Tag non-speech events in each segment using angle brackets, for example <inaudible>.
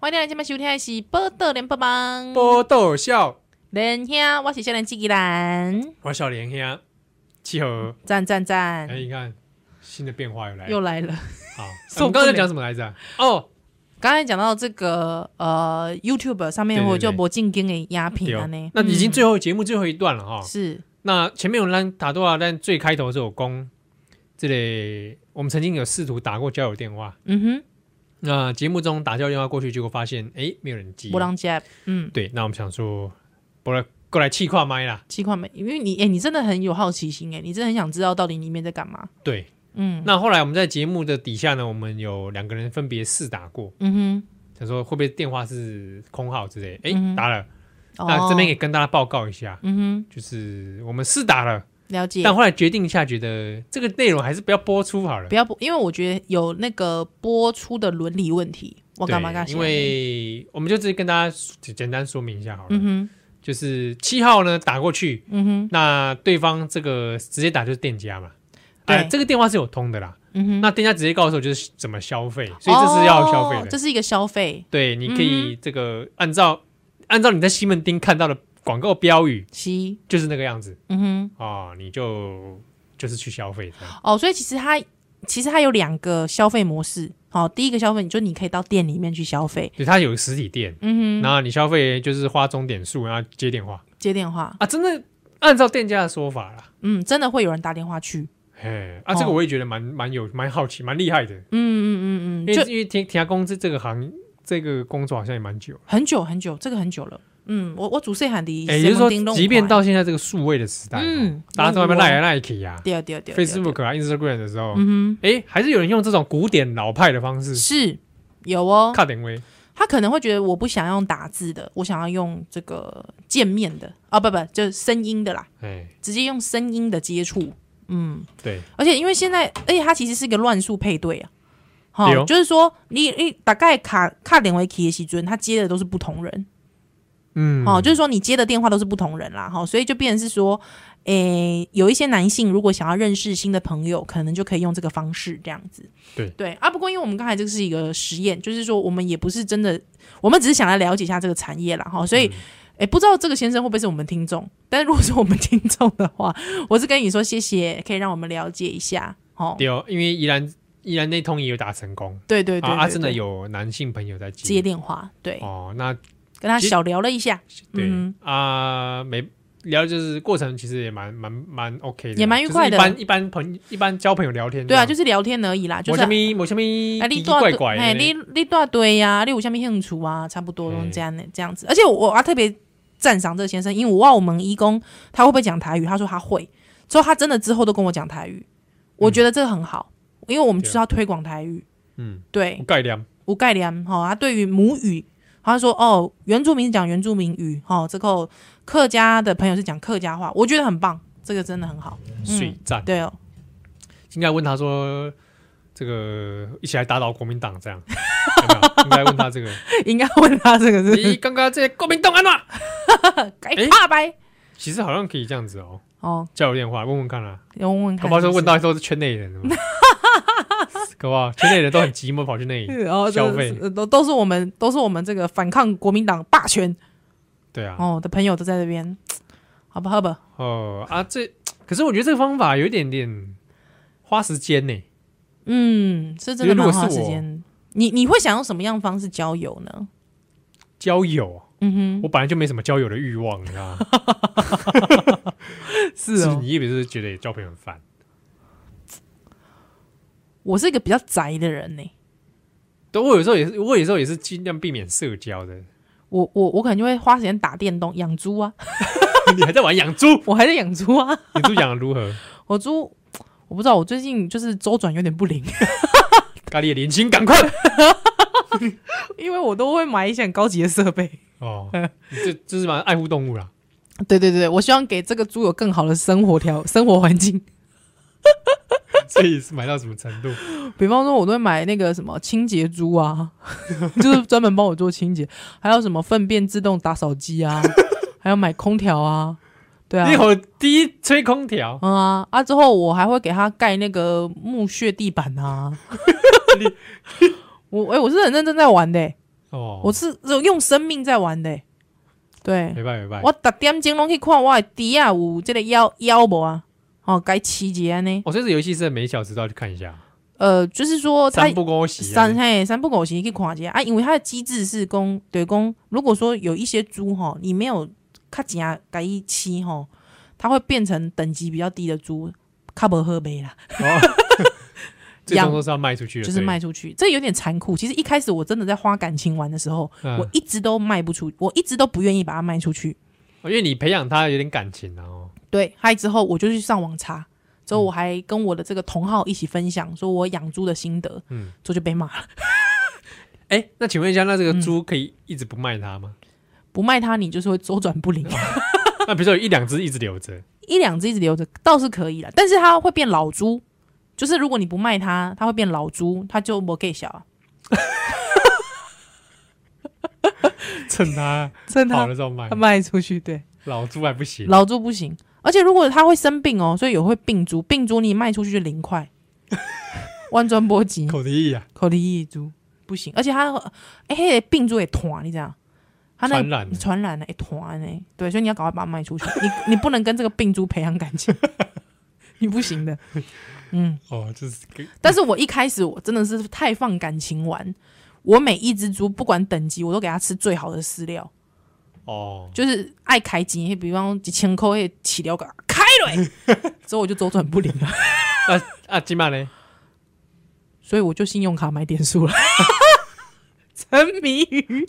欢迎来今麦收听的是《报道联播网》，波豆笑，连兄，我是少年机器人，我小莲兄，契合，赞赞哎、赞，你看新的变化又来了，又来了。好，受我们刚不了才讲什么来着啊？哦，刚才讲到这个呃，YouTube 上面对对我就对无正经的鸦片对哦了呢，那已经嗯最后节目最后一段了哈、是那前面有咱打多少？但最开头是有攻这类，我们曾经有试图打过交友电话。嗯那节目中打交友电话过去，结果发现哎、没有人接哼，。波浪接，嗯，对，那我们想说，不来过来气跨麦啦。奇怪没？因为你哎、你真的很有好奇心哎、你真的很想知道到底里面在干嘛？对，嗯那后来我们在节目的底下呢，我们有两个人分别试打过，嗯想说会不会电话是空号之类。哎、嗯哼打了。哼，那这边也哦、跟大家报告一下，嗯就是我们试打了，哼，了解。但后来决定一下，觉得这个内容还是不要播出好了不。要播，因为我觉得有那个播出的伦理问题，我干嘛对干嘛？因为我们就直接跟大家简简单说明一下好了，嗯哼，就是七号呢打过去，嗯哼，那对方这个直接打就是店家嘛，对哎，这个电话是有通的啦，嗯哼，那店家直接告诉我就是怎么消费，所以这是要消费哦的，这是一嗯个消费对，你可以这个按照按照你在西门町看到的广告标语西，就是那个样子嗯哼，啊、你就就是去消费这样。哦，所以其实它其实它有两个消费模式，好、第一个消费你就你可以到店里面去消费，对，它有实体店，嗯然后你消费就是花钟点数，然后接电话哼，接电话，啊，真的按照店家的说法啦，嗯，真的会有人打电话去，嘿，啊，这个哦我也觉得蛮蛮有蛮好奇，蛮厉害的，嗯嗯嗯嗯，因为就因为田田家公司这个行这个工作好像也蛮久了，很久很久，这个很久了，嗯，我我主细喊的，哎，也就是说，即便到现在这个数位的时代，嗯嗯，大家都在那拢边有赖来赖去呀对啊对啊对啊对啊，Facebook 啊，Instagram 的时候，嗯哎，还是有人用这种古典老派的方哼，式是有哦，卡点位，他可能会觉得我不想要用打字的，我想要用这个见面的啊，不不，就是声音的啦，哎，直接用声音的接触。嗯，对，而且因为现在，而且它其实是一个乱数配对啊，好、对哦就是说你你大概卡卡点为 key 的时尊，他接的都是不同人，嗯，哦，就是说你接的电话都是不同人啦，哈、所以就变成是说，诶、有一些男性如果想要认识新的朋友，可能就可以用这个方式这样子。对对啊，不过因为我们刚才这个是一个实验，就是说我们也不是真的，我们只是想来了解一下这个产业啦，哈、所以。嗯诶不知道这个先生会不会是我们听众？但如果是我们听众的话，我是跟你说谢谢，可以让我们了解一下。哦，对哦，因为宜兰宜兰那通也有打成功，对对对啊，啊对真的对有男性朋友在接电话，对，哦，那跟他其实小聊了一下，对嗯啊、没聊就是过程其实也蛮蛮蛮 OK 的，也蛮愉快的就是一般一般朋一般交朋友聊天这对啊，样，就是聊天而已啦，就是啊某什么某什么哎，奇你奇大怪怪的，哎，你你大堆呀、你有啥物兴趣啊？差不多都嗯这样的这样子。而且我我要特别赞赏这个先生，因为我问我们义工他会不会讲台语，他说他会，之后他真的之后都跟我讲台语，我觉得这个很好，因为我们就是要推广台语。啊嗯，对，概念吴盖良哈，他对于母语，他说哦，原住民是讲原住民语，哈、这个客家的朋友是讲客家话，我觉得很棒，这个真的很好。水战，对哦， <laughs> 应该问他说这个一起来打倒国民党这样，有没有？应该问他 <laughs> 这个，应该问他这个是不咦，是刚刚这国民党安哪？该怕白其实好像可以这样子哦，哦，叫我电话问问看啦，要问问看搞不好是说不问是 <laughs> 到都是圈内人了嘛，搞不好圈内人都很寂寞，跑去那里，然后消费都哦都是我们都是我们这个反抗国民党霸权对啊，哦的朋友都在这边，好吧好吧，哦啊，这可是我觉得这个方法有一点点花时间呢。嗯，是真的因为蛮如果花是时我间。你你会想用什么样的方式交友呢？交友，嗯我本来就没什么交友的欲望，你知道吗？哼， <laughs> 是是不是哦，你也不是觉得交朋友很烦？我是一个比较宅的人呢、对，我有时候也是，我有时候也是尽量避免社交的。 <laughs> 我我我可能就会花时间打电动、养猪啊，你还在玩养猪？我还在养猪啊，你猪养的如何？我猪我不知道，我最近就是周转有点不灵， <laughs> 咖喱的年轻，赶快因为我都会买一些很高级的设备。哦！你这这是蛮爱护动物啦。 <laughs> 对对对，我希望给这个猪有更好的生活条生活环境。 <laughs> 所以是买到什么程度？比方说，我都会买那个什么清洁珠啊， <laughs> 就是专门帮我做清洁，还有什么粪便自动打扫机啊， <laughs> 还要买空调啊， <laughs> 对啊一，会儿第一吹空调，嗯啊啊，之后我还会给他盖那个 <laughs> 木屑地板啊。我哎、我是很认真在玩的欸、哦，我是用生命在玩的、对，没办法没办法，我逐点钟拢去看我的猪啊有这个腰腰无啊，哦，该饲一下呢。哦，所以这游戏是每小时都要去看一下，呃，就是说它三不勾洗啊，三嘿三不狗行去看一下啊，因为它的机制是讲，对讲，如果说有一些猪吼，你没有较正改一期吼，它会变成等级比较低的猪，较无好卖啦， <laughs> 哦最养终都是要卖出去的，就是卖出去，这有点残酷。其实一开始我真的在花感情玩的时候，对，嗯我一直都卖不出，我一直都不愿意把它卖出去。哦因为你培养它有点感情啊，哦，对，嗨之后我就去上网查，之嗯后我还跟我的这个同好一起分享，说我养猪的心得，嗯，之后就被骂了，哎，那请问一下，那这个猪可以一直不卖它吗？ <laughs> 不卖它你就是会周转不灵， <laughs> 那比如说有一两只一直留着， <laughs> 一两只一直留着倒是可以了，但是它会变老猪，就是如果你不卖它，它会变老猪，它就没给小啊，趁它真好的时候卖，卖出去，对，老猪还不行，老猪不行，而且如果它会生病哦，所以有会病猪，病猪你卖出去就零 <laughs> 块，弯转波及口蹄疫啊，口蹄疫猪不行，而且它哎、欸、病猪也团，你知道，它那个传染你，传染了，一团呢。对，所以你要赶快把它卖出去，你你不能跟这个病猪培养感情， <laughs> 你不行 <laughs> 的。嗯，哦，就是给但是我一开始我真的是太放感情玩，我每一只猪不管等级，我都给它吃最好的饲料，哦，就是爱开金，比方说几千块那饲料给它开了，之后我就周转不灵了，那啊，金马嘞，所以我就信用卡买点数了，沉迷于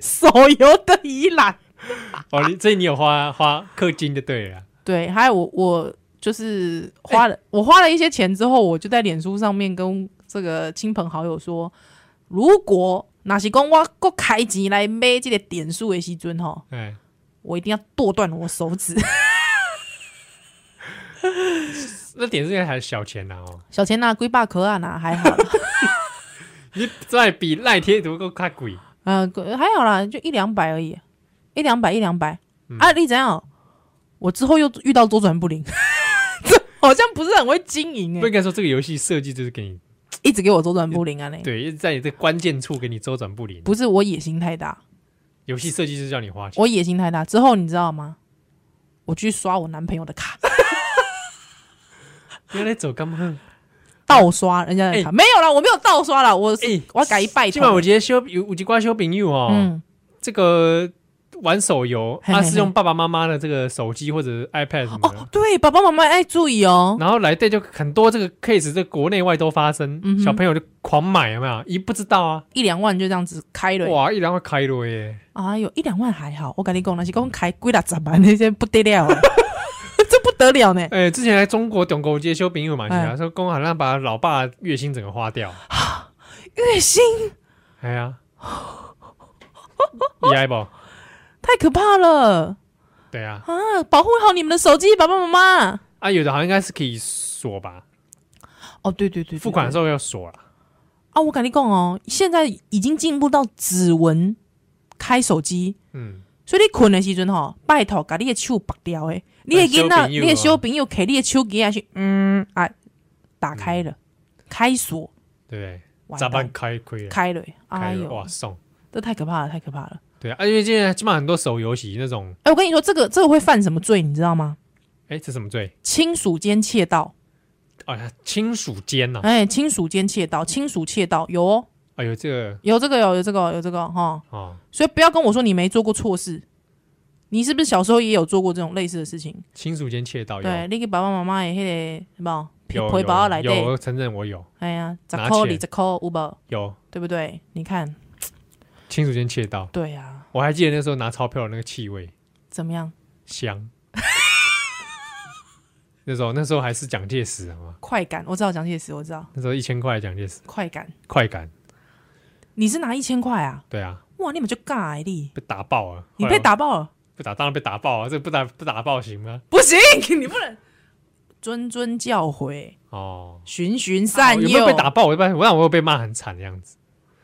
手游的依赖。哦，你所以你有花花氪金就对了啊，对，还有我我就是花了、我花了一些钱之后，我就在脸书上面跟这个亲朋好友说，如果哪是讲我够开钱来买这个点数的时阵吼，哎，我一定要剁断我手指。那点数应该还是小钱呐哦，小钱拿龟爸壳啊拿还好啦，你再比赖贴图够卡贵，呃还好啦，就一两百而已，一两百一两百、嗯啊，你怎样？我之后又遇到周转不灵， <laughs> 这好像不是很会经营哎、不应该说这个游戏设计就是给你一直给我周转不灵啊嘞。对，一直在你这个关键处给你周转不灵，不是我野心太大，游戏设计就是叫你花钱，我野心太大。之后你知道吗？我去刷我男朋友的卡，不要来走干嘛？盗刷人家的卡，没有啦，我没有盗刷啦，我是、哎我要改一拜今晚托我。觉得修有有几瓜修饼友哦，嗯，这个玩手游，嘿他、嘿是用爸爸妈妈的这个手机或者是 iPad 什么的，哦，对，爸爸妈妈哎注意哦，然后来对就很多这个 case 在国内外都发生，嗯哼小朋友就狂买，有没有？一不知道啊，一两万就这样子开了。哇，一两块开了耶，哎呦，一两万还好，我跟你讲，那是讲开贵了，怎么那些不得了啊， <laughs> 这不得了呢。哎、之前来中国中国街修饼友买起哎来，说公好像把老爸月薪整个花 <laughs> 掉，月薪哎呀、厉害不？太可怕了对啊，啊！保护好你们的手机，爸爸妈妈。啊，有的好像应该是可以锁吧，哦，对对对对付款的时候候要锁啦。啊，我跟你讲哦，现在已经进步到指纹开手机，嗯，所以你困的时阵吼，拜托，把你的手拔掉诶，你的囡小仔、朋你友的小朋友摕你的手机啊去，嗯啊，打开了，嗯开锁，对不对？完咋蛋办？开亏了，开了欸，哎开了，哇，呦，送。这太可怕了，太可怕了！对啊，啊因为现在基本上很多手游洗那种，哎、我跟你说，这个这个会犯什么罪，你知道吗？哎，这什么罪？亲属间窃盗，哦，亲属间呐、哎、亲属间窃盗，亲属窃盗有哦，哎呦，这个有这个有有这个有这个哈、哦，所以不要跟我说你没做过错事，你是不是小时候也有做过这种类似的事情？亲属间窃盗哦有对，你给爸爸妈妈的那个什么皮有皮包来有，有对，我承认我有哎呀，十拿块二钱十块有无？有对不对？你看，亲属间窃盗，对啊，我还记得那时候拿钞票的那个气味怎么样？香。 <laughs> 那时候那时候还是蒋介石嘛，快感，我知道蒋介石，我知道那时候一千块蒋介石快感。快感，你是拿一千块啊？对啊，哇，你们就尬哎你，被打爆了。你后来被我打爆了，被打，当然被打爆啊！这不打不打爆行吗？不 <laughs> 行，你不能谆谆教诲，哦，循循善有没诱。有被打爆？我一般我想我有被骂很惨的样子。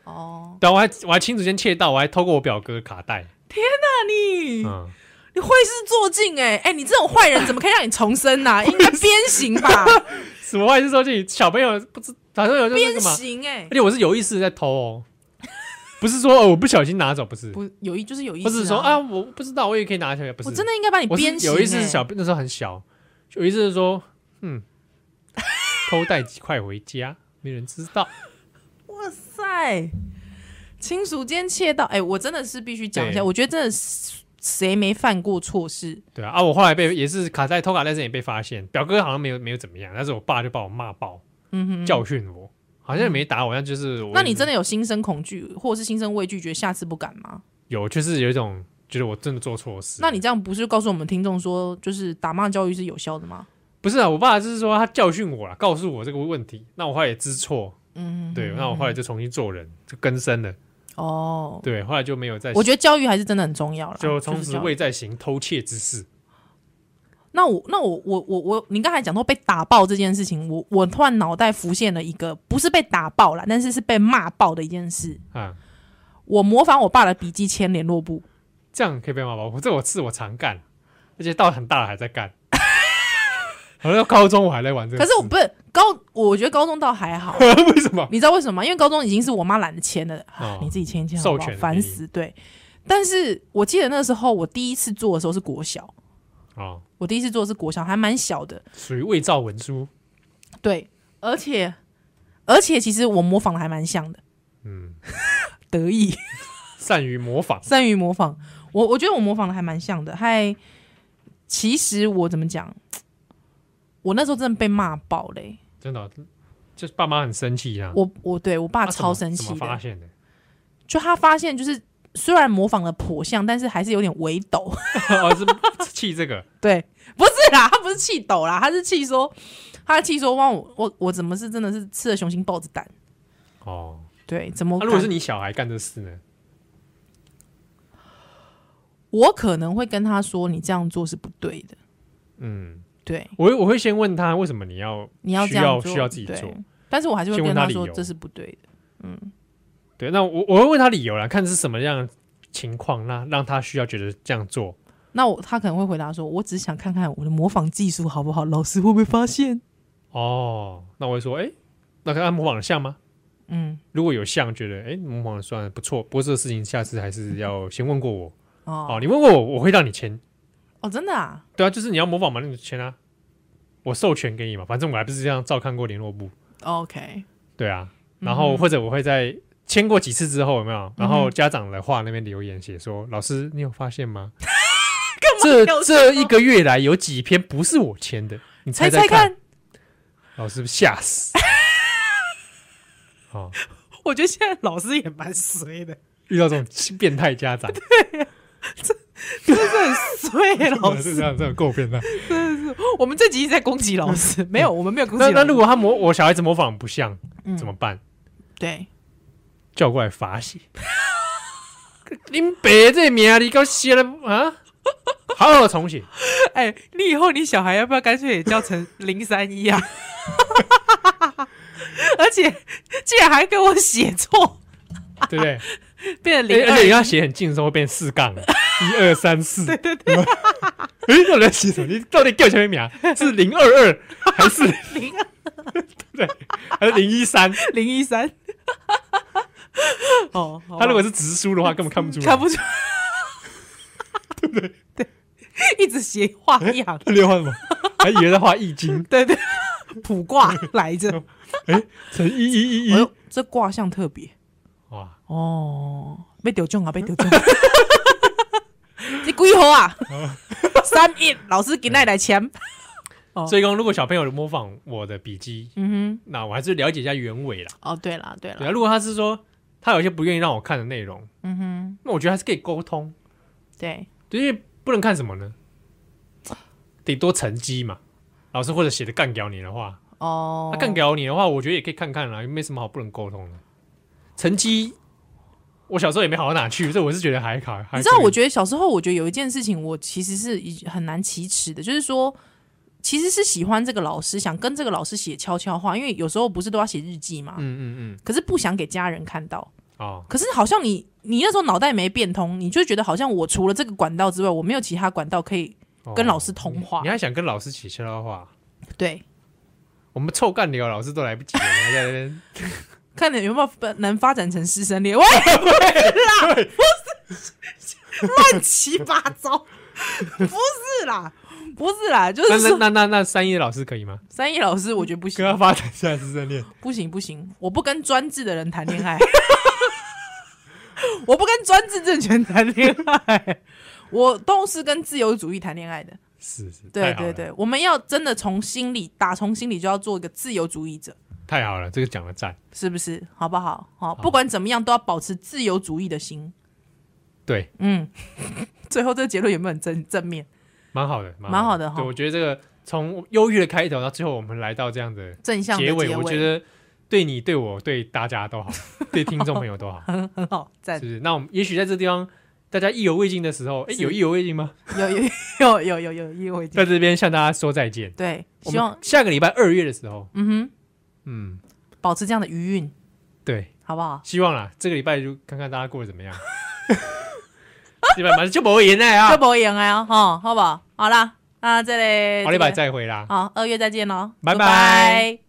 哦，对啊，我还我还亲属间窃盗，我还偷过我表哥的卡带。那你嗯，你会是做尽哎哎，你这种坏人怎么可以让你重生 <laughs> 呢？应该鞭刑吧，什么 <laughs> 坏事说进小朋友不知，小朋友就是那鞭个嘛。刑哎而。且我是有意识地在偷哦，不是说、哦我不小心拿走，不是，不有意就是有意思、不是说啊，，我不知道，我也可以拿起来，不是，我真的应该把你我是鞭刑、欸。有一次是小，那时候很小，有一次是说， <laughs> 嗯，偷带几块回家，没人知道。哇塞，亲属间窃盗，哎、我真的是必须讲一下，对我觉得真的是谁没犯过错事，对啊，啊，我后来被也是卡带偷卡带证也被发现，表哥好像没有没有怎么样，但是我爸就把我骂爆，嗯哼，教训我，好像也没打我，但就是我那你真的的有心生恐惧，或者是心生畏惧，觉得下次不敢吗？有，就是有一种觉得我真的做错事。那你这样不是告诉我们听众说，就是打骂教育是有效的吗？不是啊？我爸就是说他教训我了，告诉我这个问题，那我后来也知错，嗯，对，那我后来就重新做人，就更生了，哦，对，后来就没有再我觉得教育还是真的很重要了，就从此教育未再行偷窃之事。那我那我我我我，你刚才讲到被打爆这件事情，我我突然脑袋浮现了一个，不是被打爆啦，但是是被骂爆的一件事。啊，我模仿我爸的笔记签联络簿，这样可以被骂吧？我这我是我常干，而且到很大了还 <laughs> 在干。好像高中我还在玩这个可事，是我不是高，我觉得高中倒还好，我 <laughs> 为什么？你知道为什么吗？因为高中已经是我妈懒得签了，啊哦你自己签一签好不授好？权的烦死，对。但是我记得那时候我第一次做的时候是国小，哦，我第一次做的是国小，还蛮小的，属于伪造文书，对，而且而且其实我模仿的还蛮像的，嗯，得意。 <laughs> 善于模仿，善于模仿。我我觉得我模仿的还蛮像的，还其实我怎么讲，我那时候真的被骂爆嘞、真的哦、就是爸妈很生气啊，我我对我爸他怎超么生怎气么发的，现的？就他发现就是虽然模仿的颇像，但是还是有点微抖。 <laughs> 哦，是是气这个， <laughs> 对，不是啦，他不是气抖啦，他是气说，他是气说哇我我我怎么是真的是吃了雄心豹子胆？哦，对，怎么那、敢？如果是你小孩干这事呢？我可能会跟他说你这样做是不对的。嗯，对，我会我会先问他为什么你要你要需这样要做，需要自己对做。但是我还是会先跟问他他理说由这是不对的。对，那我我会问他理由啦，看是什么样的情况，那让他需要觉得这样做。那我他可能会回答说：“我只想看看我的模仿技术好不好，老师会不会发现哦，那我会说，哎、那跟他模仿得像吗？？”嗯，如果有像，觉得哎、模仿的算不错，不过这个事情下次还是要先问过我。哦哦，你问过我，我会让你签。哦，真的啊，对啊，就是你要模仿嘛，那你就签啊，我授权给你嘛，反正我还不是这样照看过联络簿。 OK，对啊，然后嗯哼或者我会在签过几次之后有没有？然嗯后哼家长的话那边留言写说：“老师，你有发 <laughs> 现吗？嘛这要这说一个月来有几篇不是我签的，你猜猜猜看看，？”老师吓 <laughs> 死。哦，我觉得现在老师也蛮衰 <laughs> 的，遇到这种变态家长，衰欸 <laughs> 老是师这。样，这样够变态。 <laughs> 我们这集一直在攻击老师，没有，我们没有攻击那老师。那如果他模我小孩子模仿不像嗯怎么办？对，叫过来罚 <laughs> 写。林北这名你搞写了啊？好好重写。哎，你以后你小孩要不要干脆也叫成 <laughs> 零三一啊？而且竟然还给我写错，对不对？变成欸零而二且 <laughs> 你要写很近的时候会变四杠，一二三四。对对对。哎，到底要写什么？你到底掉前面秒是零二二还是零对？还是零一三？ <laughs> 零一三。哦，好吧他如果是直书的话，根本看不出来。看不出，对不对？对，一直斜画样，他六画什么？还以为在画易经，对对，卜卦来着。乘一一一哎一。呦，这卦象特别哇！哦，被丢中啊，被丢 <laughs> 中。这几号啊？三一，老师给奶来签。哦所以说，如果小朋友模仿我的笔记，嗯那我还是了解一下原委啦。哼，哦，对啦，对对啦，啊，如果他是说他有一些不愿意让我看的内容，嗯哼，那我觉得还是可以沟通，对，对，因为不能看什么呢？顶多成绩嘛，老师或者写的干掉你的话，哦他干掉你的话，我觉得也可以看看啦，没什么好不能沟通的。成绩，我小时候也没好到哪去，所以我是觉得还好。你知道，我觉觉得小时候，我觉得有一件事情，我其实是已很难启齿的，就是说，其实是喜欢这个老师，想跟这个老师写悄悄话，因为有时候不是都要写日记嘛，嗯嗯嗯，可是不想给家人看到。哦，可是好像你你那时候脑袋没变通，你就觉得好像我除了这个管道之外，我没有其他管道可以哦跟老师通话。你还想跟老师起悄悄话？对，哦 <laughs> 我们臭干聊，老师都来不及了，你还在那边。看你有没有能发展成师生恋。喂， <laughs> 对，乱七八糟，不是啦，不是啦，就那是那说那那那三一的老师可 <laughs> 以吗？三一老师，我觉得不行跟，他发展一下师生恋，不行，不行，我不跟专制的人谈恋爱，我不跟专制政权谈恋爱，我都是跟自由主义谈恋爱的。是是，对太好对了，对，我们要真的从心里打从心里就要做一个自由主义者，太好了，这个讲的赞，是不是？好不好？好，不管怎么样都要保持自由主义的心。对，嗯，最后这个结论有没有很正正面？蛮好的，蛮好好的哈对，我觉得这个从忧郁的开头到最后，我们来到这样的正向的结结尾，我觉得对你、对我、对大家 <laughs> 都好，对听众朋友都好，很好，赞是不。是？那我们也许在这地方。大家意犹未尽的时候，哎，是有意犹未尽吗？有有有有有有意味。在这边向大家说再见。对，我希们望下个礼拜二月的时候，嗯嗯，哼，保持这样的余韵，对，好不好？希望啦，这个礼拜就看看大家过得怎么样。 <laughs> 这礼拜马上就没言了就啊，不赢哎哦，吼好不好？好啦，那这里下礼拜再会啦。 어,好，二月再见喽，拜拜拜